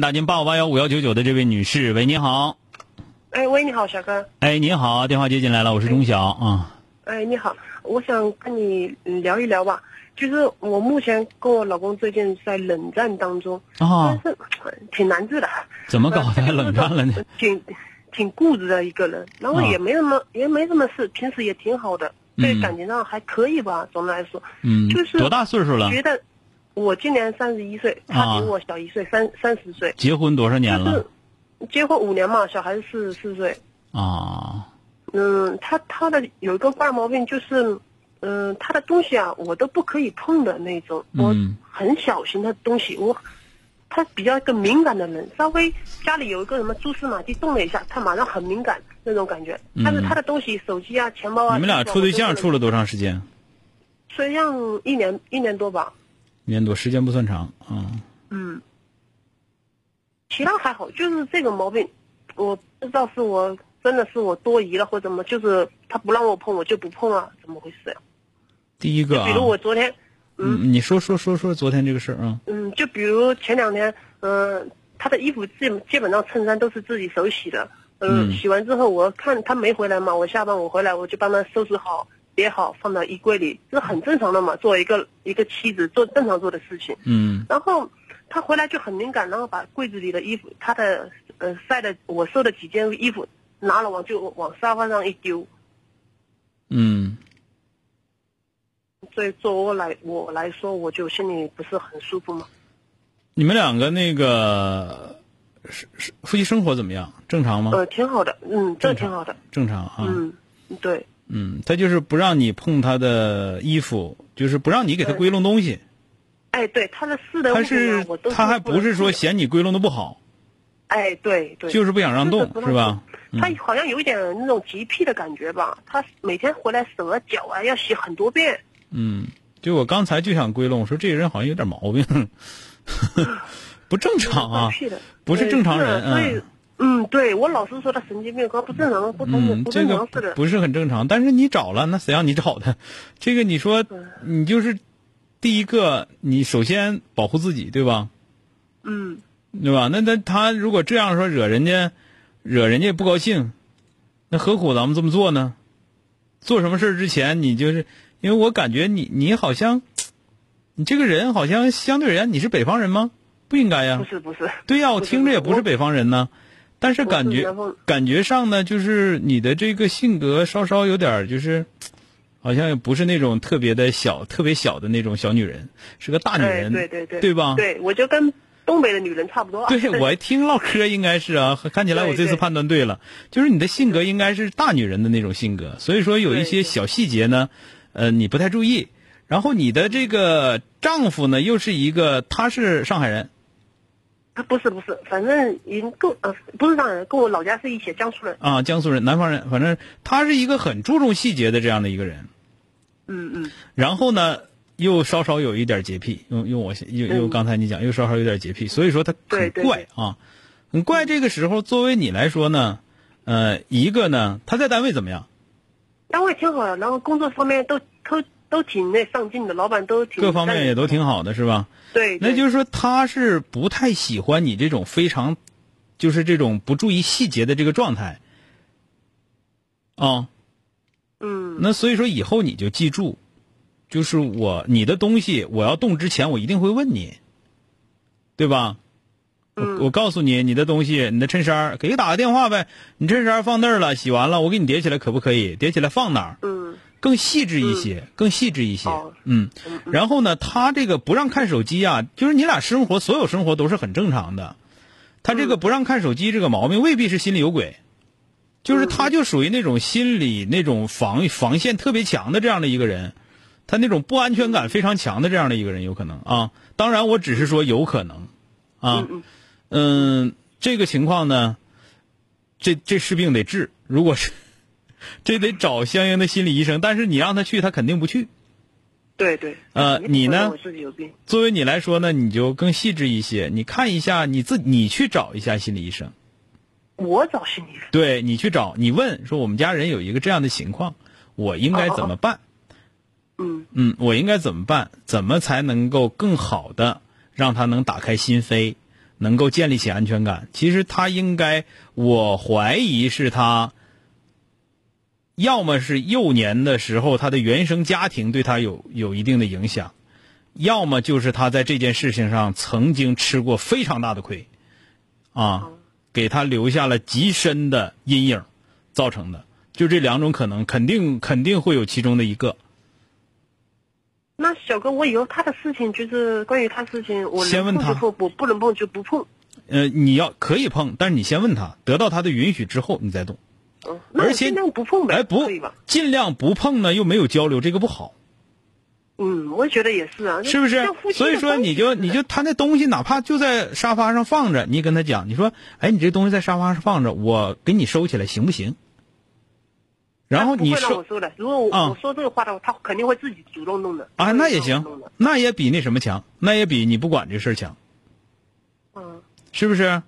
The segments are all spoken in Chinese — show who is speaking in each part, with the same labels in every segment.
Speaker 1: 打进八五八幺五幺九九的这位女士，喂，您好，
Speaker 2: 哎，喂，你好，小哥。
Speaker 1: 哎，您好，电话接进来了，我是钟晓啊、
Speaker 2: 哎，你好，我想跟你嗯聊一聊吧。就是我目前跟我老公最近在冷战当中，但
Speaker 1: 啊，
Speaker 2: 是呃挺难治的。呃
Speaker 1: 怎么搞的冷战了呢？
Speaker 2: 挺挺固执的一个人，然后
Speaker 1: 啊
Speaker 2: 也没什么、也没什么事，平时也挺好的，对
Speaker 1: 嗯
Speaker 2: 感情上还可以吧。总的来说，
Speaker 1: 嗯
Speaker 2: 就是，
Speaker 1: 多大岁数了？
Speaker 2: 觉得我今年三十一岁，他
Speaker 1: 啊
Speaker 2: 比我小一岁，三三十岁。
Speaker 1: 结婚多少年
Speaker 2: 就
Speaker 1: 了
Speaker 2: 是？结婚五年嘛，小孩子四十四岁。
Speaker 1: 啊，
Speaker 2: 嗯，他他的有一个坏毛病就是，嗯，他的东西啊，我都不可以碰的那种，我
Speaker 1: 嗯
Speaker 2: 很小心他的东西，我他比较一个敏感的人，稍微家里有一个什么蛛丝马迹动了一下，他马上很敏感那种感觉。但是他的东西，手机啊、钱包
Speaker 1: 嗯
Speaker 2: 啊，
Speaker 1: 你们俩处对象处
Speaker 2: 了
Speaker 1: 了多长时间？
Speaker 2: 处对象一年一年多吧，
Speaker 1: 一年多，时间不算长啊。
Speaker 2: 嗯，其他还好，就是这个毛病，我不知道是我真的是我多疑了或怎么，就是他不让我碰我就不碰啊，怎么回事呀、
Speaker 1: 第一个啊
Speaker 2: 比，如我昨天，嗯
Speaker 1: 嗯，你说说说说昨天这个事儿啊，
Speaker 2: 嗯，就比如前两天，嗯、他的衣服基本基本上衬衫都是自己手洗的，嗯，
Speaker 1: 嗯
Speaker 2: 洗完之后我看他没回来嘛，我下班我回来我就帮他收拾好、叠好，放到衣柜里，这很正常的嘛，作为一个一个妻子做正常做的事情。
Speaker 1: 嗯
Speaker 2: 然后他回来就很敏感，然后把柜子里的衣服，他的呃晒的我收的几件衣服拿了往就往沙发上一丢，
Speaker 1: 嗯
Speaker 2: 所以作为我来我来说，我就心里不是很舒服嘛。
Speaker 1: 你们两个那个是是夫妻生活怎么样？正常吗？
Speaker 2: 呃，挺好的，嗯，这
Speaker 1: 正常
Speaker 2: 挺好的，
Speaker 1: 正常啊，
Speaker 2: 嗯，对。
Speaker 1: 嗯，他就是不让你碰他的衣服，就是不让你给他
Speaker 2: 对
Speaker 1: 归拢东西。
Speaker 2: 哎，对，他的私人物
Speaker 1: 他
Speaker 2: 品啊
Speaker 1: 是
Speaker 2: 我都
Speaker 1: 他还
Speaker 2: 能
Speaker 1: 不是说
Speaker 2: 碰的
Speaker 1: 嫌你归拢的不好，
Speaker 2: 哎，对对，
Speaker 1: 就是不想让
Speaker 2: 就是
Speaker 1: 动
Speaker 2: 不，让
Speaker 1: 是吧？嗯
Speaker 2: 他好像有一点那种洁癖的感觉吧。他每天回来手啊脚啊要洗很多遍。
Speaker 1: 嗯，就我刚才就想归拢，我说这个人好像有点毛病， 不正常啊，
Speaker 2: 是的
Speaker 1: 不是正常人
Speaker 2: 对所以
Speaker 1: 嗯，
Speaker 2: 嗯，对我老是说他神经病，跟他不正常，不正常，
Speaker 1: 嗯，
Speaker 2: 不
Speaker 1: 这
Speaker 2: 正
Speaker 1: 个
Speaker 2: 常
Speaker 1: 不
Speaker 2: 似的。
Speaker 1: 不是很正常。但是你找了，那谁让你找的？这个你说你就是第一个，你首先保护自己，对吧？
Speaker 2: 嗯，
Speaker 1: 对吧？那那他如果这样说惹人家，惹人家也不高兴，那何苦咱们这么做呢？做什么事儿之前，你就是因为我感觉你你好像，你这个人好像相对而言你是北方人吗？不应该呀
Speaker 2: 不，是不是，
Speaker 1: 对呀，我
Speaker 2: 不是
Speaker 1: 听着也
Speaker 2: 不
Speaker 1: 不
Speaker 2: 是
Speaker 1: 是北方人呢，但是
Speaker 2: 我
Speaker 1: 感
Speaker 2: 是
Speaker 1: 觉
Speaker 2: 南方
Speaker 1: 感觉上呢，就是你的这个性格稍稍有点儿就是，好像也不是那种特别的小、特别小的那种小女人，是个大女
Speaker 2: 哎，
Speaker 1: 人，
Speaker 2: 对对对，
Speaker 1: 对吧？
Speaker 2: 对，我就跟东北的女人差不多啊。
Speaker 1: 对，我一听唠嗑应该是啊，看起来我这
Speaker 2: 对
Speaker 1: 次
Speaker 2: 对
Speaker 1: 判断对了，就是你的性格应该是大女人的那种性格，所以说有一
Speaker 2: 对
Speaker 1: 些
Speaker 2: 对
Speaker 1: 小细节呢，呃，你不太注意。然后你的这个丈夫呢，又是一个他是上海人
Speaker 2: 啊不是不是，反正已经跟呃不是上海人，跟我老家是一起江苏人。
Speaker 1: 啊，江苏人，南方人，反正他是一个很注重细节的这样的一个人。
Speaker 2: 嗯嗯，
Speaker 1: 然后呢，又稍稍有一点洁癖，用用我用用
Speaker 2: 嗯
Speaker 1: 刚才你讲，又稍稍有点洁癖，所以说他很
Speaker 2: 对对
Speaker 1: 怪啊，很怪。这个时候作为你来说呢，呃，一个呢，他在单位怎么样？
Speaker 2: 单位挺好的，然后工作方面都都都挺那上进的，老板都挺
Speaker 1: 各方面也都挺好的，是吧？
Speaker 2: 对，对
Speaker 1: 那就是说，他是不太喜欢你这种非常，就是这种不注意细节的这个状态。啊、
Speaker 2: 嗯
Speaker 1: 那所以说以后你就记住，就是我你的东西我要动之前，我一定会问你，对吧？我我
Speaker 2: 嗯
Speaker 1: 告诉你，你的东西，你的衬衫儿，给打个电话呗。你衬衫儿放那儿了，洗完了，我给你叠起来，可不可以？叠起来放哪儿？
Speaker 2: 嗯
Speaker 1: 更细致一些，更细致一些。
Speaker 2: 哦
Speaker 1: 嗯，
Speaker 2: 嗯嗯
Speaker 1: 然后呢，他这个不让看手机啊，就是你俩生活所有生活都是很正常的。他这个不让看手机这个毛
Speaker 2: 嗯
Speaker 1: 病未必是心里有鬼，就是他就属于那种心理那种防防线特别强的这样的一个人，他那种不安全感非常强的这啊样的一个人有可能啊。当然，我只是说有可能啊。
Speaker 2: 嗯
Speaker 1: 嗯，这个情况呢，这这是病得治，如果是这得找相应的心理医生，但是你让他去，他肯定不去。
Speaker 2: 对对。
Speaker 1: 呃
Speaker 2: 肯定
Speaker 1: 你
Speaker 2: 不会
Speaker 1: 呢
Speaker 2: 认为我自己有病。
Speaker 1: 作为你来说呢，你就更细致一些，你看一下你自你去找一下心理医生，
Speaker 2: 我找心理医生。
Speaker 1: 对你去找，你问说我们家人有一个这样的情况，我应该怎么办？
Speaker 2: 嗯
Speaker 1: 嗯，我应该怎么办？怎么才能够更好的让他能打开心扉，能够建立起安全感？其实他应该，我怀疑是他，要么是幼年的时候他的原生家庭对他有有一定的影响，要么就是他在这件事情上曾经吃过非常大的亏，啊，给他留下了极深的阴影造成的。就这两种可能，肯定肯定会有其中的一个。
Speaker 2: 那小哥，我以后他的事情就是关于他事情，我
Speaker 1: 先
Speaker 2: 能
Speaker 1: 问
Speaker 2: 碰就
Speaker 1: 他
Speaker 2: 碰，我不能碰就不碰。
Speaker 1: 呃，你要可以碰，但是你先问他，得到他的允许之后，你再动。
Speaker 2: 嗯，那我
Speaker 1: 而且
Speaker 2: 尽量不碰呗，
Speaker 1: 哎，不
Speaker 2: 可以吧？，
Speaker 1: 尽量不碰呢，又没有交流，这个不好，
Speaker 2: 嗯，我觉得也是啊，
Speaker 1: 是不是
Speaker 2: 像夫？妻
Speaker 1: 所以
Speaker 2: 的
Speaker 1: 说，
Speaker 2: 关系
Speaker 1: 你就
Speaker 2: 似的
Speaker 1: 你就他那东西，哪怕就在沙发上放着，你跟他讲，你说，哎，你这东西在沙发上放着，我给你收起来，行不行？然后
Speaker 2: 他不会
Speaker 1: 你
Speaker 2: 让
Speaker 1: 收
Speaker 2: 我说的，如果我、
Speaker 1: 啊
Speaker 2: 我说这个话的话，他肯定会自己主动弄的
Speaker 1: 啊，那也行
Speaker 2: 主动弄的，
Speaker 1: 那也比那什么强，那也比你不管这事儿强，
Speaker 2: 嗯
Speaker 1: 是不是？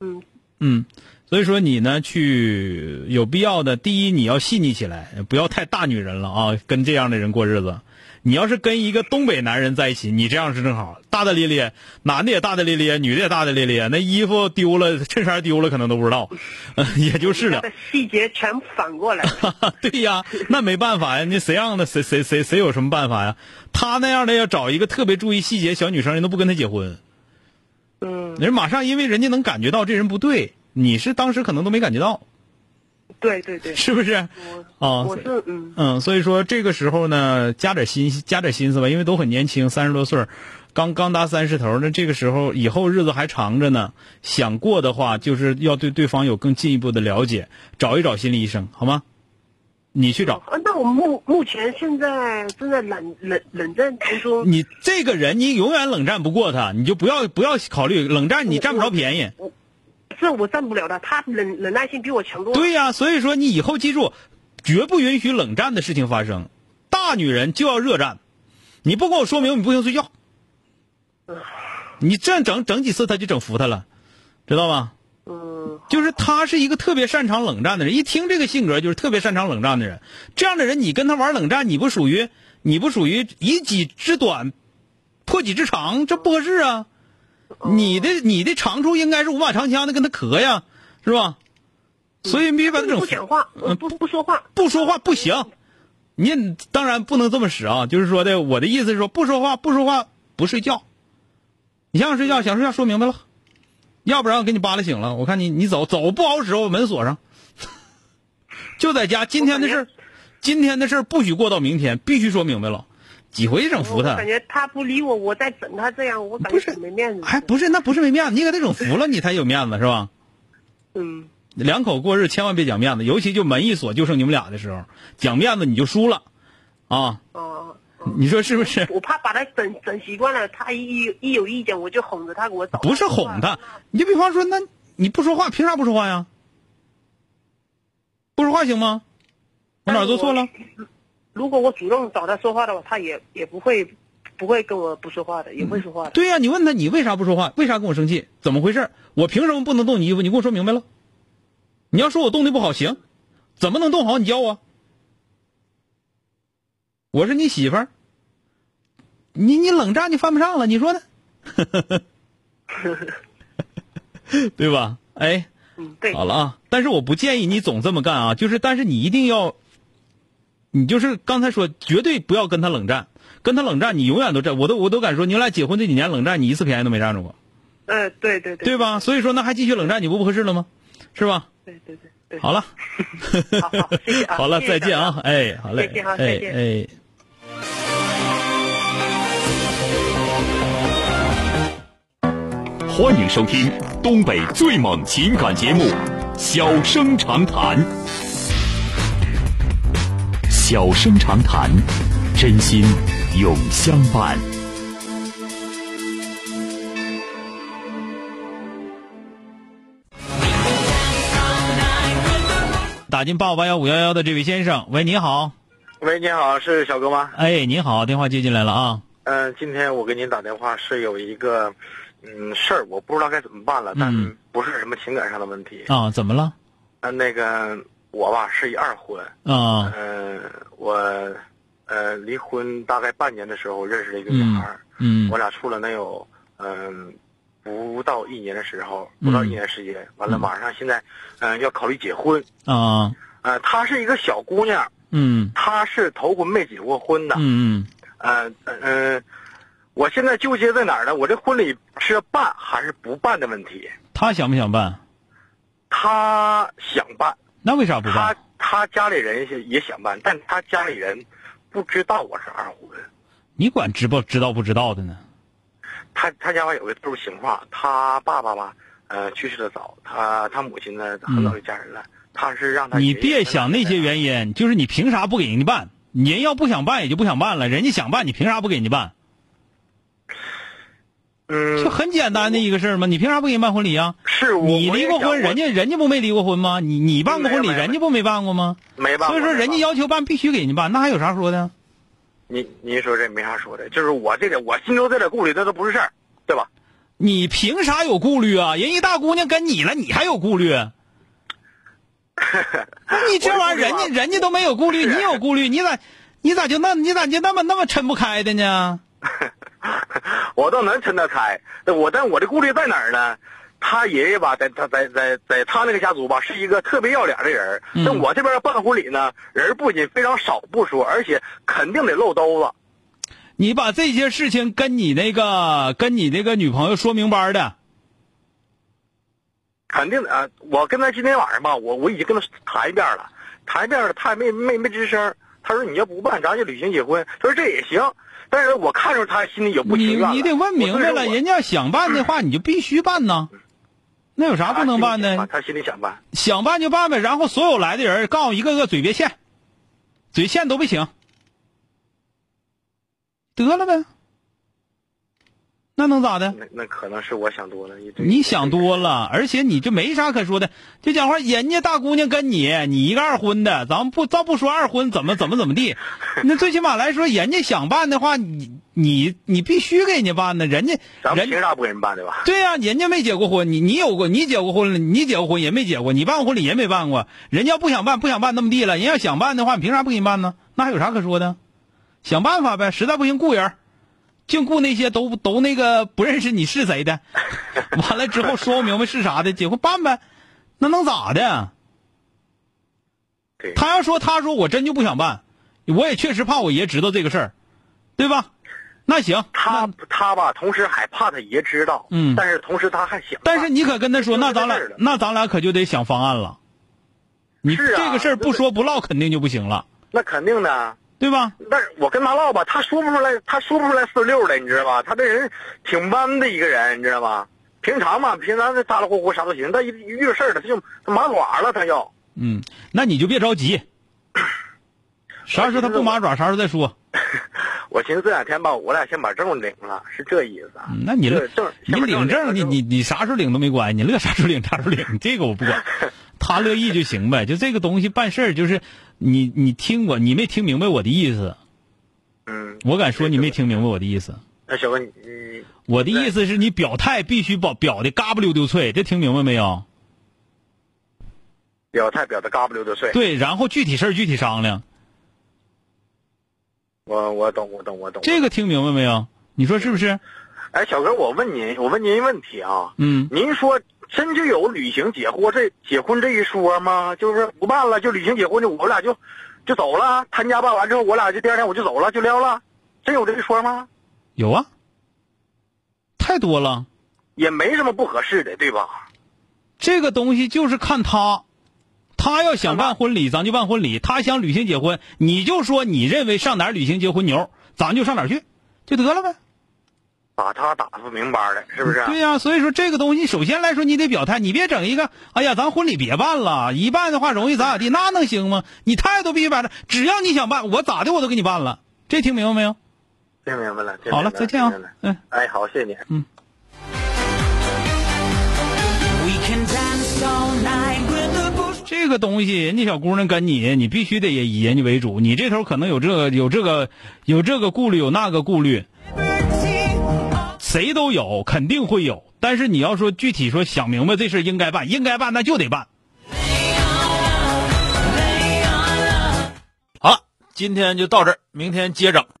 Speaker 2: 嗯，
Speaker 1: 嗯，所以说你呢，去有必要的，第一你要细腻起来，不要太大女人了啊，跟这样的人过日子。你要是跟一个东北男人在一起，你这样是正好，大大咧咧，男的也大大咧咧，女的也大大咧咧，那衣服丢了，衬衫丢了，可能都不知道， 呃、也就是
Speaker 2: 他
Speaker 1: 了。
Speaker 2: 的细节全反过来了，
Speaker 1: 对呀，那没办法呀，那谁让的谁谁谁谁有什么办法呀？他那样的要找一个特别注意细节小女生，人都不跟他结婚。
Speaker 2: 嗯，
Speaker 1: 人马上因为人家能感觉到这人不对，你是当时可能都没感觉到，
Speaker 2: 对对对，
Speaker 1: 是不是？
Speaker 2: 我、
Speaker 1: 啊，
Speaker 2: 我是嗯
Speaker 1: 嗯，所以说这个时候呢，加点心加点心思吧，因为都很年轻，三十多岁儿，刚刚达三十头儿，那这个时候以后日子还长着呢，想过的话，就是要对对方有更进一步的了解，找一找心理医生，好吗？你去找。
Speaker 2: 啊，那我目目前现在正在冷冷冷战当中，
Speaker 1: 你这个人，你永远冷战不过他，你就不要不要考虑冷战，你占不着便宜。
Speaker 2: 这我占不了的，他忍忍耐性比我强多了，
Speaker 1: 对呀、所以说你以后记住，绝不允许冷战的事情发生。大女人就要热战，你不跟我说明，你不行睡觉。你这样整整几次，他就整服他了，知道吧？
Speaker 2: 嗯，
Speaker 1: 就是他是一个特别擅长冷战的人，一听这个性格就是特别擅长冷战的人。这样的人，你跟他玩冷战，你不属于你不属于以己之短破己之长，这不合适啊！
Speaker 2: 哦
Speaker 1: 你的你的长处应该是五马长枪的跟他磕呀，是吧？所以必须把他整
Speaker 2: 不
Speaker 1: 服。
Speaker 2: 讲话，
Speaker 1: 嗯
Speaker 2: 我不不说话，
Speaker 1: 不说话不行。你当然不能这么使啊，就是说的，我的意思是说，不说话，不说话，不睡觉。你想想睡
Speaker 2: 嗯
Speaker 1: 觉，想睡觉说明白了，要不然我给你扒拉醒了。我看你，你走走不好使，我门锁上。 就在家，今天的事儿，今天的事儿不许过到明天，必须说明白了。几回整服
Speaker 2: 我
Speaker 1: 他？
Speaker 2: 感觉他不理我，我在整他这样，我感
Speaker 1: 不
Speaker 2: 觉
Speaker 1: 是
Speaker 2: 挺没面子的，
Speaker 1: 哎，不是，那不是没面子，你给他整服了， 你才有面子是吧？
Speaker 2: 嗯。
Speaker 1: 两口过日，千万别讲面子，尤其就门一锁，就剩你们俩的时候，讲面子你就输了，啊，
Speaker 2: 哦，
Speaker 1: 你说是不是？
Speaker 2: 我怕把他整整习惯了，他一一一有意见我就哄着他给我找。
Speaker 1: 不是哄他，你就比方说，那你不说话，凭啥不说话呀？不说话行吗？我哪儿做错
Speaker 2: 哎
Speaker 1: 了？
Speaker 2: 如果我主动找他说话的话，他也也不会不会跟我不说话的，也会说话的。
Speaker 1: 对呀、你问他你为啥不说话？为啥跟我生气？怎么回事？我凭什么不能动你衣服？你给我说明白了。你要说我动的不好，行，怎么能动好？你教我。我是你媳妇儿，你你冷战你犯不上了，你说呢？ 对吧？哎，
Speaker 2: 嗯，对，
Speaker 1: 好了啊，但是我不建议你总这么干啊，就是但是你一定要，你就是刚才说，绝对不要跟他冷战，跟他冷战你永远都占，我都我都敢说，你们俩结婚这几年冷战，你一次便宜都没占着过，
Speaker 2: 呃，对对对，
Speaker 1: 对吧？所以说那还继续冷战，你不不合适了吗？是吧？
Speaker 2: 对对对对。
Speaker 1: 好了，
Speaker 2: 好好谢谢 啊
Speaker 1: 好了，
Speaker 2: 谢谢
Speaker 1: 再见啊，哎，好嘞，
Speaker 2: 再见啊
Speaker 1: 哎
Speaker 2: 再见
Speaker 1: 哎。
Speaker 3: 欢迎收听东北最猛情感节目《小生长谈》。小生长谈，真心永相伴。
Speaker 1: 打进八五八幺五幺幺的这位先生，喂，你好，
Speaker 4: 喂，您好，是小哥吗？
Speaker 1: 哎，你好，电话接进来了啊，
Speaker 4: 嗯、今天我给您打电话是有一个，嗯，事儿，我不知道该怎么办了，但
Speaker 1: 嗯
Speaker 4: 不是什么情感上的问题。
Speaker 1: 啊，怎么了？
Speaker 4: 嗯，那个我吧是一二婚，
Speaker 1: 啊，
Speaker 4: 嗯、我呃离婚大概半年的时候认识了一个女孩儿，
Speaker 1: 嗯
Speaker 4: 我俩处了能有嗯、不到一年的时候，
Speaker 1: 嗯
Speaker 4: 不到一年时间，完了马上现在嗯、要考虑结婚。
Speaker 1: 啊，
Speaker 4: 呃，她是一个小姑娘，
Speaker 1: 嗯
Speaker 4: 她是头婚没结过婚的。
Speaker 1: 嗯
Speaker 4: 呃嗯、呃，我现在纠结在哪儿呢？我这婚礼是要办还是不办的问题。
Speaker 1: 嗯，他想不想办？
Speaker 4: 他想办，
Speaker 1: 那为啥不
Speaker 4: 他
Speaker 1: 办？
Speaker 4: 他家里人也也想办，但他家里人不知道我是二婚。
Speaker 1: 你管知不知道不知道的呢？
Speaker 4: 他他家吧有个特殊情况，他爸爸吧，呃，去世的早，他他母亲呢很早就嫁人了，他是让他
Speaker 1: 嗯你
Speaker 4: 爷爷
Speaker 1: 别想那些原因，就是你凭啥不给人家办？人要不想办也就不想办了，人家想办你凭啥不给人家办？这
Speaker 4: 嗯，
Speaker 1: 很简单的一个事儿嘛，你凭啥不给人办婚礼啊？
Speaker 4: 是我
Speaker 1: 你离过
Speaker 4: 我
Speaker 1: 婚，
Speaker 4: 也想
Speaker 1: 人家人家不没离过婚吗？你你办过婚礼，
Speaker 4: 没有没有
Speaker 1: 人家不没办过吗？
Speaker 4: 我没办法，
Speaker 1: 所以说，人家
Speaker 4: 要。
Speaker 1: 要求办必须给人家办，那还有啥说的？
Speaker 4: 您您说这没啥说的，就是我这点我心中这点顾虑，这都不是事儿，对吧？
Speaker 1: 你凭啥有顾虑啊？人一大姑娘跟你了，你还有顾 虑？那你这玩意儿，人家
Speaker 4: 我就不知道
Speaker 1: 人家都没有顾虑，
Speaker 4: 是
Speaker 1: 你有顾虑，你咋你咋就那你咋就那么那么抻不开的呢？
Speaker 4: 我倒能抻得开，但我但我的顾虑在哪儿呢？他爷爷吧，在他在在在他那个家族吧，是一个特别要脸的人。
Speaker 1: 嗯
Speaker 4: 但我这边办婚礼呢，人不仅非常少不说，而且肯定得漏兜子。
Speaker 1: 你把这些事情跟你那个跟你那个女朋友说明白的，
Speaker 4: 肯定的啊、我跟他今天晚上吧，我我已经跟他谈一遍了，谈一遍了，他也没没没吱声。他说你要不办，咱就履行结婚。他说这也行，但是我看出他心里有不情
Speaker 1: 你
Speaker 4: 愿了
Speaker 1: 你得问明白
Speaker 4: 我
Speaker 1: 了，
Speaker 4: 就是我
Speaker 1: 人家要想办的话，你就必须办呐。那有啥不能办的？
Speaker 4: 他心里想办，
Speaker 1: 想办就办呗，然后所有来的人告诉一个个嘴别欠，嘴欠都不行，得了呗，那能咋的？
Speaker 4: 那那可能是我想多了。一堆
Speaker 1: 你想多了，而且你就没啥可说的，就讲话，人家大姑娘跟你，你一个二婚的，咱们不咱不说二婚怎么怎么怎么地，那最起码来说，人家想办的话，你你你必须给人家办呢，人家
Speaker 4: 咱们
Speaker 1: 人
Speaker 4: 凭啥不给人办对吧？
Speaker 1: 对呀、人家没结过婚，你你有过，你结过婚了，你结过婚也没结过，你办过婚礼也没办过，人家不想办，不想办那么地了，人家要想办的话，你凭啥不给你办呢？那还有啥可说的？想办法呗，实在不行雇人儿，净雇那些都都那个不认识你是谁 的，完了之后说不明白是啥的，结婚办呗，那能咋的？
Speaker 4: 对，
Speaker 1: 他要说他说我真就不想办，我也确实怕我爷知道这个事儿，对吧？那行，
Speaker 4: 他
Speaker 1: 那
Speaker 4: 他吧，同时还怕他爷知道，
Speaker 1: 嗯
Speaker 4: 但是同时他还想办，
Speaker 1: 但是你可跟他说，
Speaker 4: 就是
Speaker 1: 那咱俩
Speaker 4: 这事儿了
Speaker 1: 那咱俩可就得想方案了。你
Speaker 4: 是啊
Speaker 1: 这个事儿不说不唠，肯定就不行了，
Speaker 4: 那肯定的。
Speaker 1: 对吧？
Speaker 4: 但是我跟他唠吧，他说不出来，他说不出来四六的，你知道吧？他这人挺弯的一个人，你知道吧？平常嘛，平常这咋咋呼呼啥都行，但一一遇到事儿了，他就他麻爪了，他就。
Speaker 1: 嗯，那你就别着 急，啥时候他不麻爪，啥时候再说。
Speaker 4: 我寻思这两天吧，我俩先把证领了，是这意思啊。
Speaker 1: 嗯那你
Speaker 4: 这
Speaker 1: 了
Speaker 4: 证，
Speaker 1: 你
Speaker 4: 先把
Speaker 1: 领
Speaker 4: 了
Speaker 1: 证，你
Speaker 4: 之后
Speaker 1: 你你啥时候领都没关系，你乐啥时候领啥时候领，这个我不 管，他乐意就行呗。就这个东西办事儿，就是你你听我，你没听明白我的意思，
Speaker 4: 嗯，
Speaker 1: 我敢说你没听明白我的意思。
Speaker 4: 那小哥你你
Speaker 1: 我的意思是你表态必须表表的嘎不溜丢脆，这听明白没有？
Speaker 4: 表态表的嘎不溜的 碎。
Speaker 1: 对，然后具体事儿具体商量，
Speaker 4: 我我懂，我懂，我懂。
Speaker 1: 这个听明白没有？你说是不是？
Speaker 4: 哎，小哥，我问您，我问您一问题啊，
Speaker 1: 嗯，
Speaker 4: 您说真就有履行结婚这结婚这一说吗？就是不办了就履行结婚，就我俩就就走了，他家办完之后，我俩就第二天我就走了，就撩了，真有这一说吗？
Speaker 1: 有啊，太多了。
Speaker 4: 也没什么不合适的，对吧？
Speaker 1: 这个东西就是看他，他要想办
Speaker 4: 看
Speaker 1: 婚礼，咱就办婚礼；他想履行结婚，你就说你认为上哪儿履行结婚牛，咱就上哪儿去，就得了呗。
Speaker 4: 把他打发明白了，是不啊是？
Speaker 1: 对呀、所以说这个东西，首先来说你得表态，你别整一个，哎呀，咱婚礼别办了，一办的话容易咋咋地，那能行吗？你态度必须摆着，只要你想办，我咋的我都给你办了，这听明白没有？
Speaker 4: 听明白了，听明白
Speaker 1: 好了，再见啊
Speaker 4: 听明白
Speaker 1: 嗯。
Speaker 4: 了，哎，好，谢谢你。
Speaker 5: We can dance all night with the bush.
Speaker 1: 这这个东西，人家小姑娘跟你，你必须得也以人家为主。你这头可能有这个有这个有这个顾虑，有那个顾虑，谁都有，肯定会有。但是你要说具体说想明白这事儿应该办，应该办那就得办。
Speaker 5: 好了，今天就到这儿，明天接整。